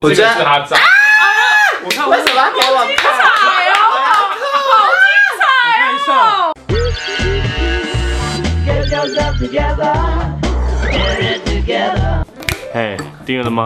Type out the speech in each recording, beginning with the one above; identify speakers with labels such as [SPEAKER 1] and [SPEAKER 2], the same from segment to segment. [SPEAKER 1] 我觉
[SPEAKER 2] 这个是
[SPEAKER 1] 得
[SPEAKER 2] 他在。啊我看我
[SPEAKER 1] 啊为什么要给我看？
[SPEAKER 3] 哎呦，好精彩！
[SPEAKER 2] 看一下，
[SPEAKER 4] 哎，订阅了吗？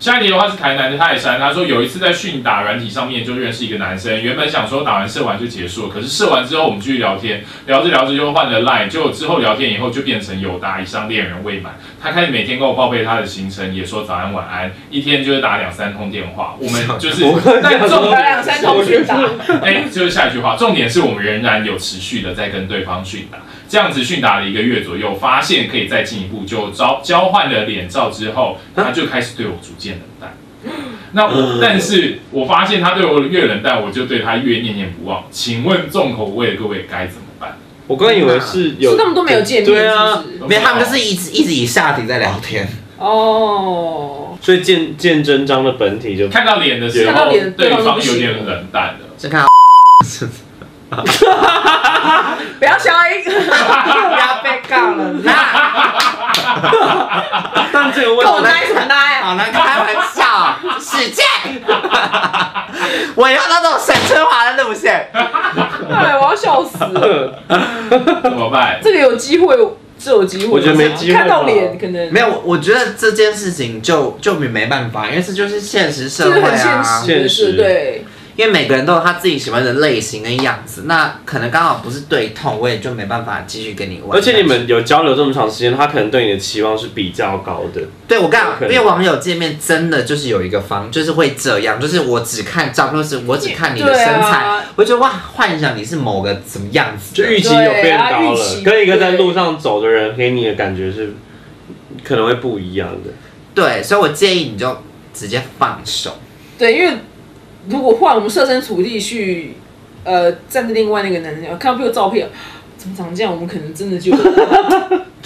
[SPEAKER 2] 下一题的话是台南的泰山，他说有一次在训打软体上面就认识一个男生，原本想说打完射完就结束了，可是射完之后我们继续聊天，聊着聊着就换了 line，就之后聊天以后就变成友达以上恋人未满，他开始每天跟我报备他的行程，也说早安晚安，一天就是打两三通电话，我们就是但重
[SPEAKER 3] 我
[SPEAKER 2] 点
[SPEAKER 3] 两三同学打，
[SPEAKER 2] 哎，就是下一句话，重点是我们仍然有持续的在跟对方训打，这样子训打了一个月左右，发现可以再进一步，就交交换了脸照之后，
[SPEAKER 1] 嗯
[SPEAKER 2] 他就开始对我逐渐冷淡。那我，但是我发现他对我越冷淡，我就对他越念念不忘。请问重口味的各位该怎么办？
[SPEAKER 4] 我刚以为是有，
[SPEAKER 3] 是他们都没有见面，
[SPEAKER 4] 对
[SPEAKER 3] 是
[SPEAKER 4] 啊
[SPEAKER 3] 不是
[SPEAKER 1] 没有，他们就是一直一直以下体在聊天。
[SPEAKER 3] 哦，
[SPEAKER 4] 所以见见真章的本体就
[SPEAKER 2] 看到脸的时
[SPEAKER 3] 看到
[SPEAKER 2] 候，
[SPEAKER 3] 脸
[SPEAKER 2] 对
[SPEAKER 3] 对方
[SPEAKER 2] 方
[SPEAKER 3] 就不
[SPEAKER 2] 有
[SPEAKER 3] 行
[SPEAKER 2] 点冷淡了。
[SPEAKER 1] 先看到
[SPEAKER 3] 不要哎消音，不要被告了，那
[SPEAKER 4] 但这个问
[SPEAKER 3] 够
[SPEAKER 4] 题，
[SPEAKER 3] 奶什么奶啊？
[SPEAKER 1] 好难开玩笑，使劲！ 我要那种沈春华的路线。
[SPEAKER 3] 哎，我要笑死了，
[SPEAKER 2] 怎么办？
[SPEAKER 3] 这个有机会，这有机会，
[SPEAKER 4] 我觉得没机会吧
[SPEAKER 3] 看到脸可能
[SPEAKER 1] 没有，我我觉得这件事情就就没没办法，因为这就是现实社
[SPEAKER 3] 这
[SPEAKER 1] 会
[SPEAKER 3] 是很现
[SPEAKER 1] 啊。
[SPEAKER 3] 实的事，
[SPEAKER 4] 现实
[SPEAKER 3] 对，
[SPEAKER 1] 因为每个人都有他自己喜欢的类型跟样子，那可能刚好不是对痛，我也就没办法继续跟你玩。
[SPEAKER 4] 而且你们有交流这么长时间，他可能对你的期望是比较高的。
[SPEAKER 1] 对我干
[SPEAKER 4] 有，可
[SPEAKER 1] 因
[SPEAKER 4] 能
[SPEAKER 1] 为网友见面真的就是有一个方，就是会这样，就是我只看照片，或是我只看你的
[SPEAKER 3] 对
[SPEAKER 1] 身
[SPEAKER 3] 啊
[SPEAKER 1] 材，我觉得哇，幻想你是某个什么样子
[SPEAKER 4] 就
[SPEAKER 1] 的。
[SPEAKER 4] 预期有
[SPEAKER 3] 对
[SPEAKER 4] 变
[SPEAKER 3] 啊
[SPEAKER 4] 高
[SPEAKER 3] 预
[SPEAKER 4] 了
[SPEAKER 3] 期，
[SPEAKER 4] 跟一个在路上走的人给你的感觉是可能会不一样的。
[SPEAKER 1] 对，所以我建议你就直接放手。
[SPEAKER 3] 对，因为如果换我们设身处地去，呃，站在另外那个男生，看到这个照片，怎么长这样，我们可能真的就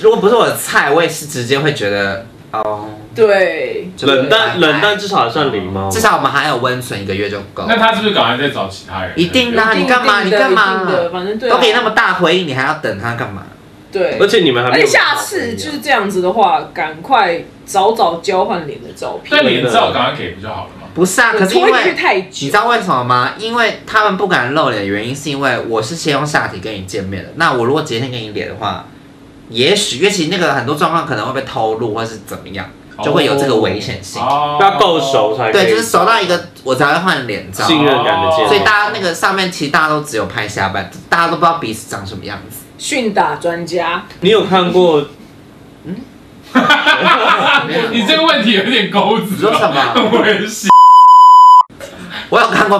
[SPEAKER 1] 如果不是我的菜，我也是直接会觉得哦，
[SPEAKER 3] 对，
[SPEAKER 1] 就
[SPEAKER 4] 冷淡
[SPEAKER 3] 哎
[SPEAKER 1] 拜拜
[SPEAKER 4] 冷淡至少还算礼貌
[SPEAKER 1] 至。少我们还有温存一个月就够。
[SPEAKER 2] 那他是不是赶快再找其他人？
[SPEAKER 1] 一定的啊你干嘛
[SPEAKER 3] 一定的
[SPEAKER 1] 你干嘛
[SPEAKER 3] 一定的反正对啊，
[SPEAKER 1] 都给那么大回应，你还要等他干嘛？
[SPEAKER 3] 对，
[SPEAKER 4] 而且你们还没
[SPEAKER 3] 而
[SPEAKER 4] 有
[SPEAKER 3] 且哎下次就是这样子的话，赶快早早交换脸的照片，
[SPEAKER 2] 但脸照赶快给不就好了吗？
[SPEAKER 1] 不是啊，可是因
[SPEAKER 3] 拖延
[SPEAKER 1] 为
[SPEAKER 3] 去太
[SPEAKER 1] 你
[SPEAKER 3] 久
[SPEAKER 1] 知，道为什么吗？因为他们不敢露脸的原因，是因为我是先用下体跟你见面的。那我如果直接先跟你脸的话，也许，因为其实那个很多状况可能会被透露，或是怎么样，就会有这个危险性。
[SPEAKER 2] 哦
[SPEAKER 4] 要够熟才可以
[SPEAKER 1] 对，就是熟到一个我才会换脸照。
[SPEAKER 4] 信任感的建立。
[SPEAKER 1] 所以大家那个上面其实大家都只有拍下半，大家都不知道彼此长什么样子。
[SPEAKER 3] 训打专家，
[SPEAKER 4] 你有看过
[SPEAKER 2] 你这个问题有点钩子、哦，
[SPEAKER 1] 你说什么
[SPEAKER 2] 很危险。
[SPEAKER 1] 我有看过，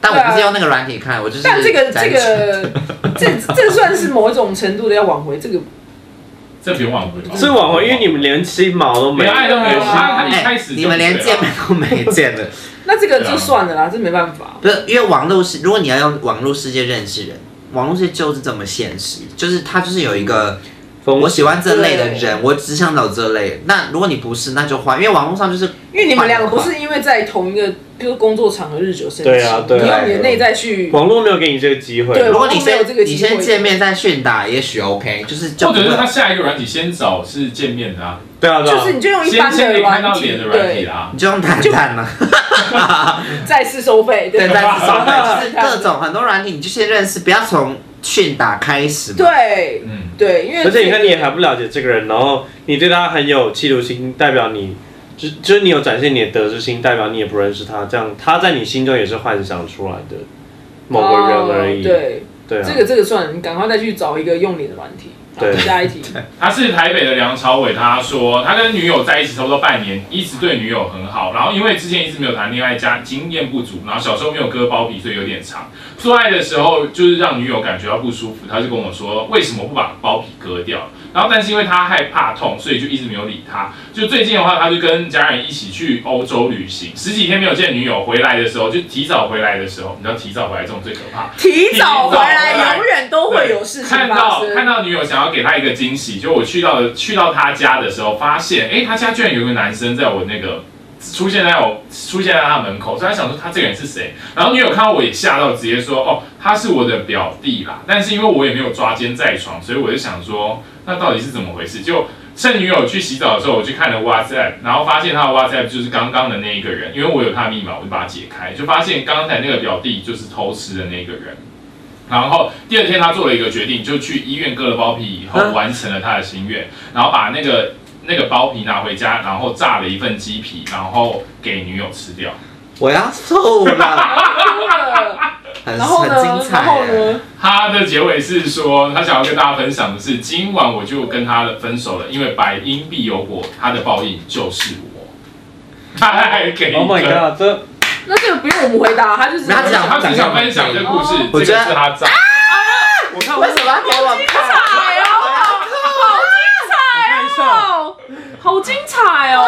[SPEAKER 1] 但我不是用那个软体看，我就是。
[SPEAKER 3] 但这个 这，个这这算是某一种程度的要挽回这个，
[SPEAKER 2] 这不用挽回吧？
[SPEAKER 4] 是挽回，因为你们连鸡毛都没有
[SPEAKER 2] 连，爱都没有，
[SPEAKER 3] 对啊
[SPEAKER 2] 他他一开
[SPEAKER 1] 哎
[SPEAKER 2] 始就
[SPEAKER 1] 你们连见面都没见了。
[SPEAKER 3] 那这个
[SPEAKER 1] 啊
[SPEAKER 3] 就算了啦，这没办法，
[SPEAKER 1] 不是，因为网络是，如果你要用网络世界认识人，网络世界就是这么现实，就是它就是有一个
[SPEAKER 4] 风
[SPEAKER 1] 我喜欢这类的
[SPEAKER 3] 嗯对
[SPEAKER 1] 人，我只想找这类。那如果你不是，那就换，因为网络上就是
[SPEAKER 3] 因为你们两个不
[SPEAKER 1] 换
[SPEAKER 3] 是因为在同一个，比如工作场合日久生情，
[SPEAKER 4] 对啊对
[SPEAKER 1] 啊
[SPEAKER 3] 你用你的内在去，
[SPEAKER 4] 网络没有给你这个机会。
[SPEAKER 3] 对
[SPEAKER 1] 如果你
[SPEAKER 3] 网络没有这个
[SPEAKER 1] 先
[SPEAKER 3] 机
[SPEAKER 1] 你
[SPEAKER 3] 会
[SPEAKER 1] 先见面再训打，也许 OK，就是就
[SPEAKER 2] 或
[SPEAKER 1] 不
[SPEAKER 2] 者是他
[SPEAKER 1] 会。
[SPEAKER 2] 下一个软体先找是见面的啊，
[SPEAKER 4] 对啊，对
[SPEAKER 3] 就是
[SPEAKER 4] 啊
[SPEAKER 3] 你。就用一
[SPEAKER 2] 先
[SPEAKER 3] 般
[SPEAKER 2] 先可
[SPEAKER 3] 的
[SPEAKER 2] 以看
[SPEAKER 3] 软
[SPEAKER 2] 到
[SPEAKER 3] 体
[SPEAKER 2] 脸的，软体
[SPEAKER 3] 对
[SPEAKER 2] 的，啊。
[SPEAKER 1] 你就用谈谈 了，
[SPEAKER 3] 再次收费，
[SPEAKER 1] 对，但是手 段就是
[SPEAKER 3] 对
[SPEAKER 1] 各种很多软体，你就先认识，不要从训打开始。，
[SPEAKER 3] 对
[SPEAKER 2] 嗯，
[SPEAKER 3] 对，因为
[SPEAKER 4] 而且你看，你也
[SPEAKER 3] 这个
[SPEAKER 4] 还不了解这个人，然后你对他很有企图心，代表你就就是你有展现你的得失心，代表你也不认识他，这样他在你心中也是幻想出来的某个人而已。
[SPEAKER 3] 哦对，
[SPEAKER 4] 对啊，
[SPEAKER 3] 这个这个算，你赶快再去找一个用脸的软体。好
[SPEAKER 4] 对
[SPEAKER 3] 下 一题。
[SPEAKER 2] 他是台北的梁朝伟，他说他跟女友在一起差不多半年，一直对女友很好，然后因为之前一直没有谈恋爱，加经验不足，然后小时候没有割包皮，所以有点长。做爱的时候就是让女友感觉到不舒服，他就跟我说为什么不把包皮割掉？然后但是因为他害怕痛，所以就一直没有理他。就最近的话，他就跟家人一起去欧洲旅行，十几天没有见女友，回来的时候就提早回来的时候，你知道提早回来这种最可怕。
[SPEAKER 3] 提早回来，永远都会有事情
[SPEAKER 2] 看
[SPEAKER 3] 发
[SPEAKER 2] 到看
[SPEAKER 3] 生。
[SPEAKER 2] 到女友想要给他一个惊喜，就我去到了去到他家的时候，发现哎、诶他家居然有一个男生在我那个出现在我出现在他门口，所以他想说他这个人是谁。然后女友看到我也吓到，直接说哦，他是我的表弟啦。但是因为我也没有抓奸在床，所以我就想说那到底是怎么回事？就趁女友去洗澡的时候，我去看了 WhatsApp，然后发现她的 WhatsApp 就是刚刚的那一个人，因为我有她的密码，我就把它解开，就发现刚才那个表弟就是偷吃的那个人。然后第二天，他做了一个决定，就去医院割了包皮以后，
[SPEAKER 1] 嗯
[SPEAKER 2] 完成了他的心愿，然后把那个那个包皮拿回家，然后炸了一份鸡皮，然后给女友吃掉。
[SPEAKER 1] 我要吐了， 很
[SPEAKER 3] 然后
[SPEAKER 1] 很
[SPEAKER 3] 呢
[SPEAKER 1] 精？彩
[SPEAKER 3] 然后
[SPEAKER 1] 耶
[SPEAKER 3] 呢？
[SPEAKER 2] 他的结尾是说，他想要跟大家分享的是，今晚我就跟他的分手了，因为百因必有果，他的报应就是我。 他还给一个
[SPEAKER 4] Oh my god，这
[SPEAKER 3] 那这个不用我们回答，他就是
[SPEAKER 1] 他讲
[SPEAKER 2] 他只想分享这个故事，
[SPEAKER 1] 我
[SPEAKER 2] 这
[SPEAKER 1] 觉
[SPEAKER 2] 个
[SPEAKER 1] 得
[SPEAKER 2] 是他在。
[SPEAKER 4] 我看我
[SPEAKER 1] 为什么要给我 看？
[SPEAKER 3] 哎呦好
[SPEAKER 4] 看一下，
[SPEAKER 3] 精彩哦，好精彩哦，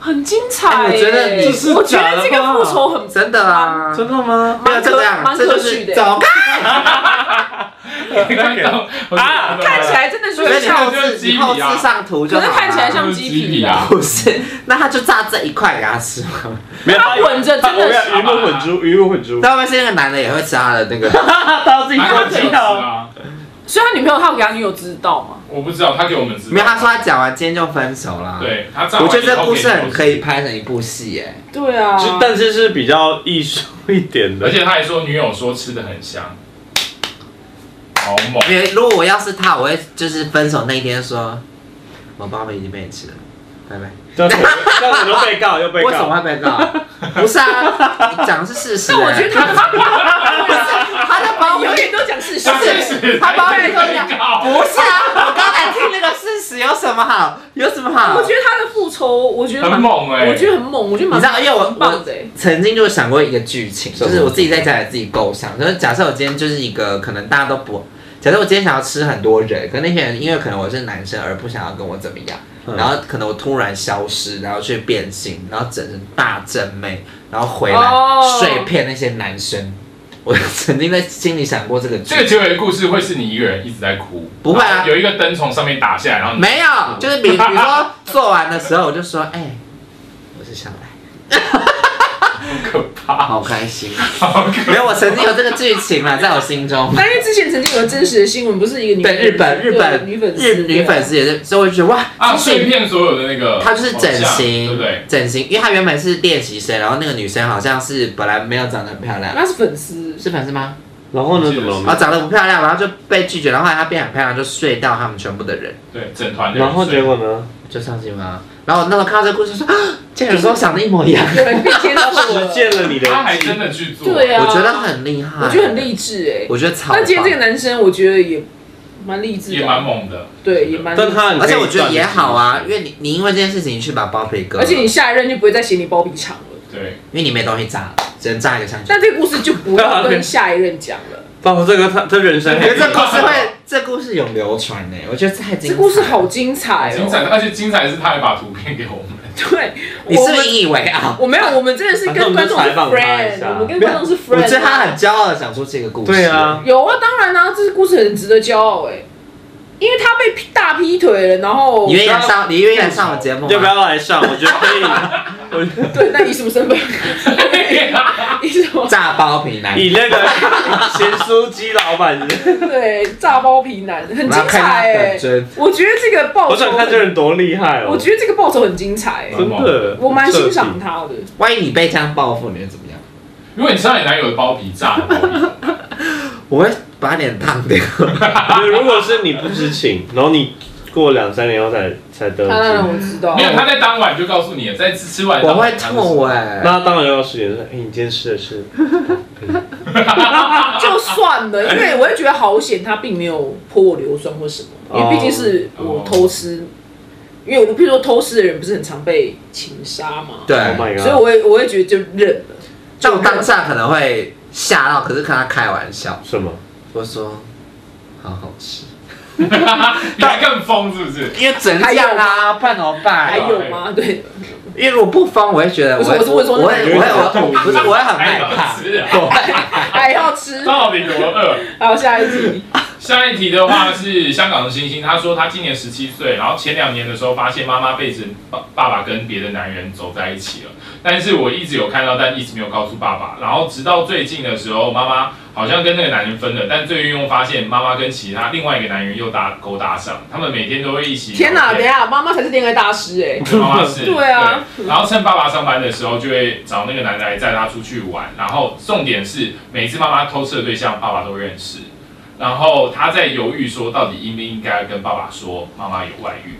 [SPEAKER 3] 很精彩耶。
[SPEAKER 1] 哎我觉得你
[SPEAKER 4] 这是
[SPEAKER 3] 我觉
[SPEAKER 4] 假
[SPEAKER 3] 得
[SPEAKER 4] 的
[SPEAKER 3] 这个
[SPEAKER 4] 吧
[SPEAKER 3] 复仇很
[SPEAKER 1] 真的啊，
[SPEAKER 4] 真的吗？
[SPEAKER 1] 没有这样，
[SPEAKER 3] 蛮
[SPEAKER 1] 这
[SPEAKER 3] 可
[SPEAKER 1] 就
[SPEAKER 3] 取
[SPEAKER 1] 是
[SPEAKER 3] 的
[SPEAKER 1] 走开。
[SPEAKER 2] 看到
[SPEAKER 4] 啊
[SPEAKER 3] 看起来真的是
[SPEAKER 1] 所以你
[SPEAKER 3] 有
[SPEAKER 1] 后
[SPEAKER 2] 这就是
[SPEAKER 1] 置
[SPEAKER 2] 鸡
[SPEAKER 1] 你
[SPEAKER 2] 皮啊
[SPEAKER 1] 后置上图就
[SPEAKER 3] 可
[SPEAKER 1] 好了。
[SPEAKER 3] 是看起来像鸡皮
[SPEAKER 2] 啊，
[SPEAKER 1] 不是，那他就炸这一块给他吃吗？
[SPEAKER 4] 没有，
[SPEAKER 3] 他混着真的是
[SPEAKER 4] 鱼目混珠，鱼目混珠，
[SPEAKER 1] 那会不会是那个男的也会吃他的那个？
[SPEAKER 4] 啊他自己
[SPEAKER 2] 他
[SPEAKER 4] 做
[SPEAKER 2] 很羞
[SPEAKER 4] 记
[SPEAKER 2] 耻
[SPEAKER 4] 号。
[SPEAKER 2] 啊！
[SPEAKER 3] 所以他女朋友他有给他女友知道吗？
[SPEAKER 2] 我不知道，他给我们知道。
[SPEAKER 1] 没有，他说他讲完今天就分手啦。，
[SPEAKER 2] 对他炸完
[SPEAKER 1] 我觉得
[SPEAKER 2] 以后
[SPEAKER 1] 这故事很可以
[SPEAKER 2] 给
[SPEAKER 1] 拍成一部戏耶。
[SPEAKER 3] 对啊
[SPEAKER 4] 就但是是比较艺术一点
[SPEAKER 2] 你东西，而
[SPEAKER 4] 的，
[SPEAKER 2] 且他还说女友说吃的很香，好猛！
[SPEAKER 1] 因为如果我要是他，我会就是分手那一天说，我包面已经被你吃了，拜拜。
[SPEAKER 4] 这样子我这样子就被告又被
[SPEAKER 1] 为什么
[SPEAKER 4] 告。
[SPEAKER 1] 会被告？不是啊，你讲的是事实耶。
[SPEAKER 3] 但我觉得他 的
[SPEAKER 1] 他的
[SPEAKER 3] 他
[SPEAKER 1] 包
[SPEAKER 3] 永
[SPEAKER 1] 面
[SPEAKER 3] 远都讲事实
[SPEAKER 2] 他。确实
[SPEAKER 1] 他包面都讲
[SPEAKER 2] 被告
[SPEAKER 1] 不是啊，我刚才听那个事实有什么好？有什么好
[SPEAKER 3] 我？觉得他的复仇，我觉得
[SPEAKER 2] 很
[SPEAKER 3] 蛮，
[SPEAKER 2] 猛哎、
[SPEAKER 3] 我觉得很猛，我觉得蛮
[SPEAKER 1] 你知道因为我
[SPEAKER 3] 蛮棒的欸。
[SPEAKER 1] 曾经就想过一个剧情，
[SPEAKER 4] 什
[SPEAKER 1] 就
[SPEAKER 4] 么
[SPEAKER 1] 是我自己在家里自己构想，就是假设我今天就是一个可能大家都不，假设我今天想要吃很多人，可那些人因为可能我是男生而不想要跟我怎么样，
[SPEAKER 4] 嗯
[SPEAKER 1] 然后可能我突然消失，然后去变性，然后整成大正妹，然后回来
[SPEAKER 3] 哦
[SPEAKER 1] 睡骗那些男生。我曾经在心里想过这个剧
[SPEAKER 2] 这个结尾的故事会是你一个人一直在哭，
[SPEAKER 1] 不会啊
[SPEAKER 2] 然后有一个灯从上面打下来，然后你
[SPEAKER 1] 没有，就是比比如说做完的时候，我就说，哎、我是小白，
[SPEAKER 2] 很可怕，
[SPEAKER 1] 好开心。啊
[SPEAKER 2] 好可怕
[SPEAKER 1] 没有，我曾经有这个剧情了，在我心中。
[SPEAKER 3] 但因为之前曾经有个真实的新闻，不是一个女
[SPEAKER 1] 对日本日本
[SPEAKER 3] 对女粉丝
[SPEAKER 1] 日女粉
[SPEAKER 3] 丝
[SPEAKER 1] 丝也是，所以我就觉得哇，
[SPEAKER 2] 啊！
[SPEAKER 1] 这是
[SPEAKER 2] 碎片所有的那个，
[SPEAKER 1] 她就是整形，
[SPEAKER 2] 对不对？
[SPEAKER 1] 整形，因为她原本是练习生，然后那个女生好像是本来没有长得很漂亮，
[SPEAKER 3] 啊那是粉丝，
[SPEAKER 1] 是粉丝吗？
[SPEAKER 4] 然后呢？怎么
[SPEAKER 1] 啊，
[SPEAKER 4] 了？
[SPEAKER 1] 长得不漂亮，然后就被拒绝，然后后来她变很漂亮，就睡到他们全部的人，
[SPEAKER 2] 对，整团的人
[SPEAKER 4] 然后结果呢？
[SPEAKER 1] 就上新闻啊。然后我那时候看到这个故事说，啊竟然有时候想的一模一样，
[SPEAKER 3] 有人被接到我
[SPEAKER 4] 实
[SPEAKER 3] 了，
[SPEAKER 4] 践了你的
[SPEAKER 2] 他还真的去做，
[SPEAKER 3] 对啊，
[SPEAKER 1] 我觉得，很厉害，
[SPEAKER 3] 我觉得很，励志哎。
[SPEAKER 1] 我觉得超棒。
[SPEAKER 3] 但今天这个男生，我觉得也蛮励志
[SPEAKER 2] 也蛮
[SPEAKER 3] 的，啊
[SPEAKER 2] 猛的，
[SPEAKER 3] 对，也蛮。
[SPEAKER 4] 但他很
[SPEAKER 1] 而且我觉得也好啊，因为你你因为这件事情去把包皮割了，
[SPEAKER 3] 而且你下一任就不会再嫌你包皮长了。
[SPEAKER 2] 对，
[SPEAKER 1] 因为你没东西炸了，只能炸一个香蕉。
[SPEAKER 3] 但这个故事就不要跟下一任讲了。
[SPEAKER 4] 包括这个他他人生
[SPEAKER 1] 我
[SPEAKER 4] 黑
[SPEAKER 1] 觉得这故事会，这故事有流传呢、我觉得这 太精彩
[SPEAKER 3] 这
[SPEAKER 1] 了
[SPEAKER 3] 故事好，精彩
[SPEAKER 2] 精彩
[SPEAKER 3] 哦！
[SPEAKER 2] 的，而且精彩的是他还把图片给我们，
[SPEAKER 3] 对，
[SPEAKER 1] 你是
[SPEAKER 3] 我
[SPEAKER 1] 不
[SPEAKER 3] 们
[SPEAKER 1] 是引以为傲？
[SPEAKER 3] 我没有，我们真的是跟观众是
[SPEAKER 4] 反正我们就采访他一
[SPEAKER 3] friend，
[SPEAKER 4] 下
[SPEAKER 3] 我们跟观众是
[SPEAKER 1] 我
[SPEAKER 3] friend 啊。
[SPEAKER 1] 觉得他很骄傲的讲出这个故事。
[SPEAKER 4] 对啊，
[SPEAKER 3] 有啊，当然啦、啊，这是故事很值得骄傲哎、因为他被劈大劈腿了，然后
[SPEAKER 1] 你愿意来上，你愿意来上我节目吗？
[SPEAKER 4] 要不要来上？我觉得可以， 我觉得
[SPEAKER 3] 对，那你什么身份？你什么？
[SPEAKER 1] 炸包皮男？
[SPEAKER 4] 以那个咸酥鸡老板，
[SPEAKER 3] 对，炸包皮男，很
[SPEAKER 1] 我要
[SPEAKER 3] 精
[SPEAKER 1] 看他
[SPEAKER 3] 彩哎、
[SPEAKER 1] 本真。
[SPEAKER 3] 我觉得这个报
[SPEAKER 4] 我
[SPEAKER 3] 酬
[SPEAKER 4] 想，看这人多厉害哦！
[SPEAKER 3] 我觉得这个报酬很精彩、欸，
[SPEAKER 4] 真的，
[SPEAKER 3] 我蛮欣赏他的。
[SPEAKER 1] 万一你被这样报复，你会怎么样？
[SPEAKER 2] 如果你知道你男友的包皮炸了，包皮
[SPEAKER 1] 我会把脸烫掉。
[SPEAKER 4] 因为如果是你不知情，然后你过两三年后才才得
[SPEAKER 3] 他让
[SPEAKER 4] 知，
[SPEAKER 3] 我知道
[SPEAKER 2] 没，有，他在当晚就告诉你，在吃吃完
[SPEAKER 1] 我
[SPEAKER 2] 当
[SPEAKER 1] 会
[SPEAKER 2] 晚他就
[SPEAKER 1] 吐哎、
[SPEAKER 4] 那当然要十点说，哎，你今天吃 的是
[SPEAKER 3] 就算了，因为我也觉得好险，他并没有泼我硫酸或什么，因为毕竟是我偷吃，因为我譬如说偷吃的人不是很常被情杀嘛，
[SPEAKER 1] 对
[SPEAKER 4] Oh my
[SPEAKER 3] 所以
[SPEAKER 4] god！
[SPEAKER 3] 我也我也觉得就忍了。
[SPEAKER 1] 但我当下可能会吓到，可是看他开玩笑，
[SPEAKER 4] 什么？
[SPEAKER 1] 我说好好吃，
[SPEAKER 2] 你还更疯是不是？
[SPEAKER 1] 因为整样啊，不然怎么办
[SPEAKER 3] 还？有吗？对，
[SPEAKER 1] 因为我不疯，我会觉得我会
[SPEAKER 3] 我是我是我是
[SPEAKER 1] 我会我会我不是我会很害
[SPEAKER 2] 还
[SPEAKER 1] 怕
[SPEAKER 2] 能。吃啊？
[SPEAKER 3] 还要吃。
[SPEAKER 2] 到底多饿？
[SPEAKER 3] 好，下一题。
[SPEAKER 2] 下一题的话是香港的星星，他说他今年十七岁，然后前两年的时候发现妈妈背着爸爸爸跟别的男人走在一起了，但是我一直有看到，但一直没有告诉爸爸。然后直到最近的时候，妈妈好像跟那个男人分了，但最近又发现妈妈跟其他另外一个男人又搭勾搭上，他们每天都会一起。
[SPEAKER 3] 天哪，等一下，妈妈才是恋爱大师哎、
[SPEAKER 2] 妈妈是，
[SPEAKER 3] 对啊
[SPEAKER 2] 对然后趁爸爸上班的时候，就会找那个男的来载他出去玩。然后重点是，每次妈妈偷吃的对象，爸爸都认识。然后他在犹豫说，到底应不应该跟爸爸说妈妈有外遇？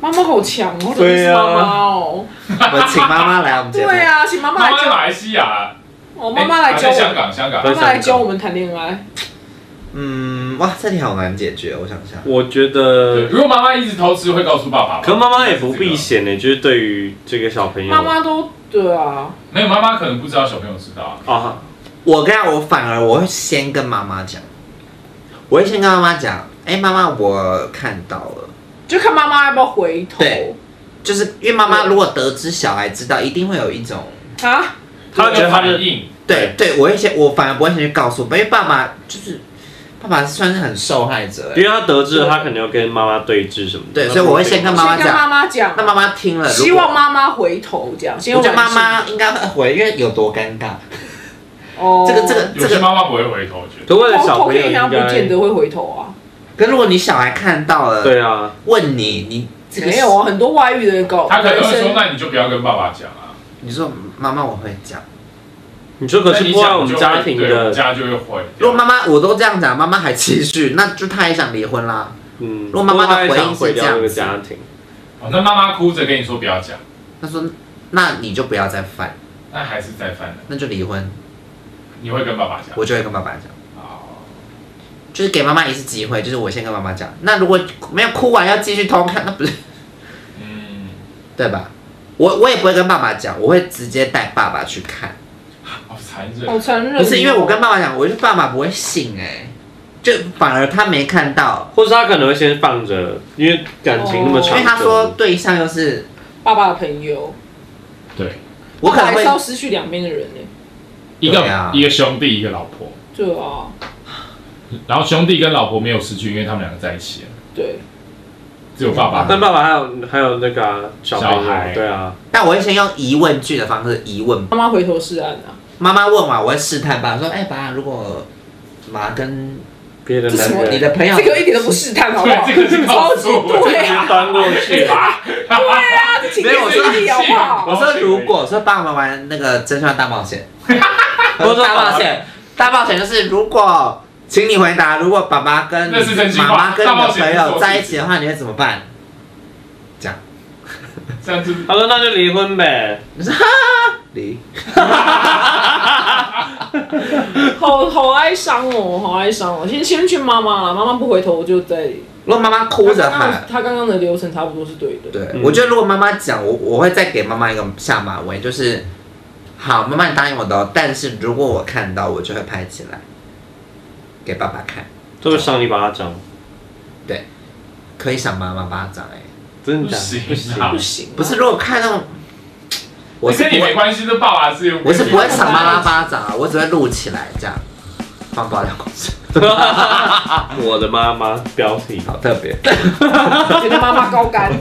[SPEAKER 3] 妈妈好强哦，真的
[SPEAKER 4] 对
[SPEAKER 3] 是
[SPEAKER 4] 啊
[SPEAKER 3] 妈妈哦。
[SPEAKER 1] 我们请妈妈来我们节目。
[SPEAKER 3] 对啊，请妈
[SPEAKER 2] 妈妈
[SPEAKER 3] 妈来
[SPEAKER 2] 在
[SPEAKER 3] 教，
[SPEAKER 2] 马来西亚，
[SPEAKER 3] 哦，妈妈来
[SPEAKER 2] 哎
[SPEAKER 3] 教
[SPEAKER 2] 在香
[SPEAKER 3] 我，
[SPEAKER 2] 港，香港。
[SPEAKER 3] 妈妈来教我们谈恋爱。
[SPEAKER 1] 嗯，哇，这题好难解决，我想一下。
[SPEAKER 4] 我觉
[SPEAKER 2] 对
[SPEAKER 4] 得，
[SPEAKER 2] 如果妈妈一直偷吃，会告诉爸爸吗。
[SPEAKER 4] 可妈妈也不避嫌呢，就是对于这个小朋友，
[SPEAKER 3] 妈妈都对啊，
[SPEAKER 2] 没有，妈妈可能不知道小朋友知道啊。
[SPEAKER 4] 啊，
[SPEAKER 1] 我跟你讲我反而我会先跟妈妈讲，我会先跟妈妈讲，哎、妈妈，我看到了，
[SPEAKER 3] 就看妈妈要不要回头
[SPEAKER 1] 对就是因为妈妈如果得知小孩知道，一定会有一种
[SPEAKER 3] 啊。
[SPEAKER 4] 他觉得他
[SPEAKER 2] 有
[SPEAKER 4] 的
[SPEAKER 2] 反应，
[SPEAKER 1] 对对，我会先，我反而不会先去告诉，因为爸爸就是爸爸算是很受害者、
[SPEAKER 4] 因为他得知了，他可能要跟妈妈对峙什么的。
[SPEAKER 1] 对
[SPEAKER 4] 那
[SPEAKER 1] 所以我会先跟妈妈
[SPEAKER 3] 先跟
[SPEAKER 1] 讲
[SPEAKER 3] 妈妈讲
[SPEAKER 1] 那，妈妈听了，如果
[SPEAKER 3] 希望妈妈回头这样。希
[SPEAKER 1] 我
[SPEAKER 3] 望
[SPEAKER 1] 觉得妈妈应该会回，因为有多尴尬。
[SPEAKER 3] 哦，
[SPEAKER 1] 这个这个
[SPEAKER 2] 有些妈妈不会回头，我觉得。
[SPEAKER 4] 可为了小
[SPEAKER 3] 偷
[SPEAKER 4] 朋友
[SPEAKER 3] 看
[SPEAKER 4] 应
[SPEAKER 3] 一下不见
[SPEAKER 4] 该，
[SPEAKER 3] 得会回头啊。
[SPEAKER 1] 可如果你小孩看到了，
[SPEAKER 4] 对啊，
[SPEAKER 1] 问你，你这个
[SPEAKER 3] 没有啊，很多外遇的人搞，
[SPEAKER 2] 他可能会说
[SPEAKER 3] 男：“生
[SPEAKER 2] 那你就不要跟爸爸讲啊。
[SPEAKER 1] 你说妈妈我会讲。
[SPEAKER 4] 你说可
[SPEAKER 2] 那
[SPEAKER 4] 是
[SPEAKER 2] 你
[SPEAKER 4] 破坏
[SPEAKER 2] 讲
[SPEAKER 4] 我们家庭
[SPEAKER 2] 对我们
[SPEAKER 4] 的，
[SPEAKER 2] 家就会毁
[SPEAKER 1] 如
[SPEAKER 2] 掉。
[SPEAKER 1] 果妈妈我都这样讲，妈妈还继续，那就她也想离婚啦。
[SPEAKER 4] 嗯，
[SPEAKER 1] 如果妈妈的
[SPEAKER 4] 破
[SPEAKER 1] 回
[SPEAKER 4] 坏
[SPEAKER 1] 应
[SPEAKER 4] 想毁
[SPEAKER 1] 是这
[SPEAKER 4] 掉
[SPEAKER 1] 样
[SPEAKER 4] 这个
[SPEAKER 1] 子
[SPEAKER 4] 家庭，
[SPEAKER 2] 哦那妈妈哭着跟你说不要讲，
[SPEAKER 1] 她说，那你就不要再犯，
[SPEAKER 2] 那还是再犯了。
[SPEAKER 1] 那就离婚。
[SPEAKER 2] 你会跟爸爸讲？
[SPEAKER 1] 我就会跟爸爸讲，
[SPEAKER 2] 哦
[SPEAKER 1] 就是给妈妈一次机会，就是我先跟妈妈讲。那如果没有哭完要继续偷看，那不是
[SPEAKER 2] 嗯，
[SPEAKER 1] 对吧？我我也不会跟爸爸讲，我会直接带爸爸去看。
[SPEAKER 2] 好残忍。
[SPEAKER 3] 好残忍哦。
[SPEAKER 1] 不是因为我跟爸爸讲，我就爸爸不会信哎、就反而他没看到，
[SPEAKER 4] 或者他可能会先放着，因为感情那么
[SPEAKER 1] 哦因
[SPEAKER 4] 长久。
[SPEAKER 1] 为他说对象又是
[SPEAKER 3] 爸爸的朋友，
[SPEAKER 2] 对，
[SPEAKER 1] 我可
[SPEAKER 3] 爸爸
[SPEAKER 1] 能
[SPEAKER 3] 还是要
[SPEAKER 1] 会
[SPEAKER 3] 失去两边的人呢。
[SPEAKER 2] 一
[SPEAKER 1] 对啊
[SPEAKER 2] 个一个兄弟，一个老婆。
[SPEAKER 3] 对啊，
[SPEAKER 2] 然后兄弟跟老婆没有失去，因为他们两个在一起了，
[SPEAKER 3] 对，
[SPEAKER 2] 只有爸爸。
[SPEAKER 4] 但爸爸还有还有那个啊小朋
[SPEAKER 2] 小孩
[SPEAKER 4] 友，对啊，
[SPEAKER 1] 但我会先用疑问句的方式疑问
[SPEAKER 3] 妈妈回头是岸啊，
[SPEAKER 1] 妈妈问完，我会试探爸爸说：“哎、爸，如果妈跟
[SPEAKER 4] 别的
[SPEAKER 3] 这什么
[SPEAKER 4] 男
[SPEAKER 1] 你
[SPEAKER 4] 人
[SPEAKER 1] 的朋友，
[SPEAKER 3] 这个一点都不试探，好不好？
[SPEAKER 2] 对 这个是
[SPEAKER 3] 超
[SPEAKER 2] 告
[SPEAKER 3] 级
[SPEAKER 2] 诉我
[SPEAKER 4] 直
[SPEAKER 3] 对
[SPEAKER 4] 接
[SPEAKER 3] 啊，
[SPEAKER 4] 端过去，
[SPEAKER 3] 对啊，这请
[SPEAKER 1] 没有我说
[SPEAKER 3] 你好不好？
[SPEAKER 1] 我说如果说爸妈玩那个真相大冒 险，
[SPEAKER 4] 我说
[SPEAKER 1] 大冒险，大冒险就是如果，请你回答，如果爸爸跟
[SPEAKER 2] 那是真心
[SPEAKER 1] 妈
[SPEAKER 2] 话
[SPEAKER 1] 妈跟你
[SPEAKER 2] 大
[SPEAKER 1] 的
[SPEAKER 2] 冒险
[SPEAKER 1] 朋
[SPEAKER 2] 是
[SPEAKER 1] 友
[SPEAKER 2] 做
[SPEAKER 1] 在一
[SPEAKER 2] 自
[SPEAKER 1] 起的话，你会怎么办？
[SPEAKER 2] 这样子，
[SPEAKER 4] 他说那就离婚呗，
[SPEAKER 1] 离，
[SPEAKER 3] 好好哀伤哦，好哀伤哦。先先劝妈妈啦，妈妈不回头，我就在
[SPEAKER 1] 如果妈妈哭着喊，
[SPEAKER 3] 他刚刚的流程差不多是对的。
[SPEAKER 1] 对、
[SPEAKER 4] 嗯
[SPEAKER 1] 我觉得如果妈妈讲，我我会再给妈妈一个下马威，就是好，妈妈你答应我的、哦，但是如果我看到，我就会拍起来给爸爸看，
[SPEAKER 4] 这么赏你巴掌，
[SPEAKER 1] 可以赏妈妈巴掌哎、
[SPEAKER 4] 真的
[SPEAKER 2] 不
[SPEAKER 4] 假的
[SPEAKER 2] 行
[SPEAKER 4] 不行，
[SPEAKER 2] 啊
[SPEAKER 3] 不行啊，
[SPEAKER 1] 不是，如果看到 我
[SPEAKER 2] 你
[SPEAKER 1] 是
[SPEAKER 2] 跟
[SPEAKER 1] 不
[SPEAKER 2] 你没
[SPEAKER 1] 会，
[SPEAKER 2] 关系，这爸爸是有
[SPEAKER 1] 我是不会赏妈妈巴掌啊，我只会录起来这样，放爆料公司，
[SPEAKER 4] 我的妈妈标题。
[SPEAKER 1] 好特别。
[SPEAKER 3] 觉得妈妈高干。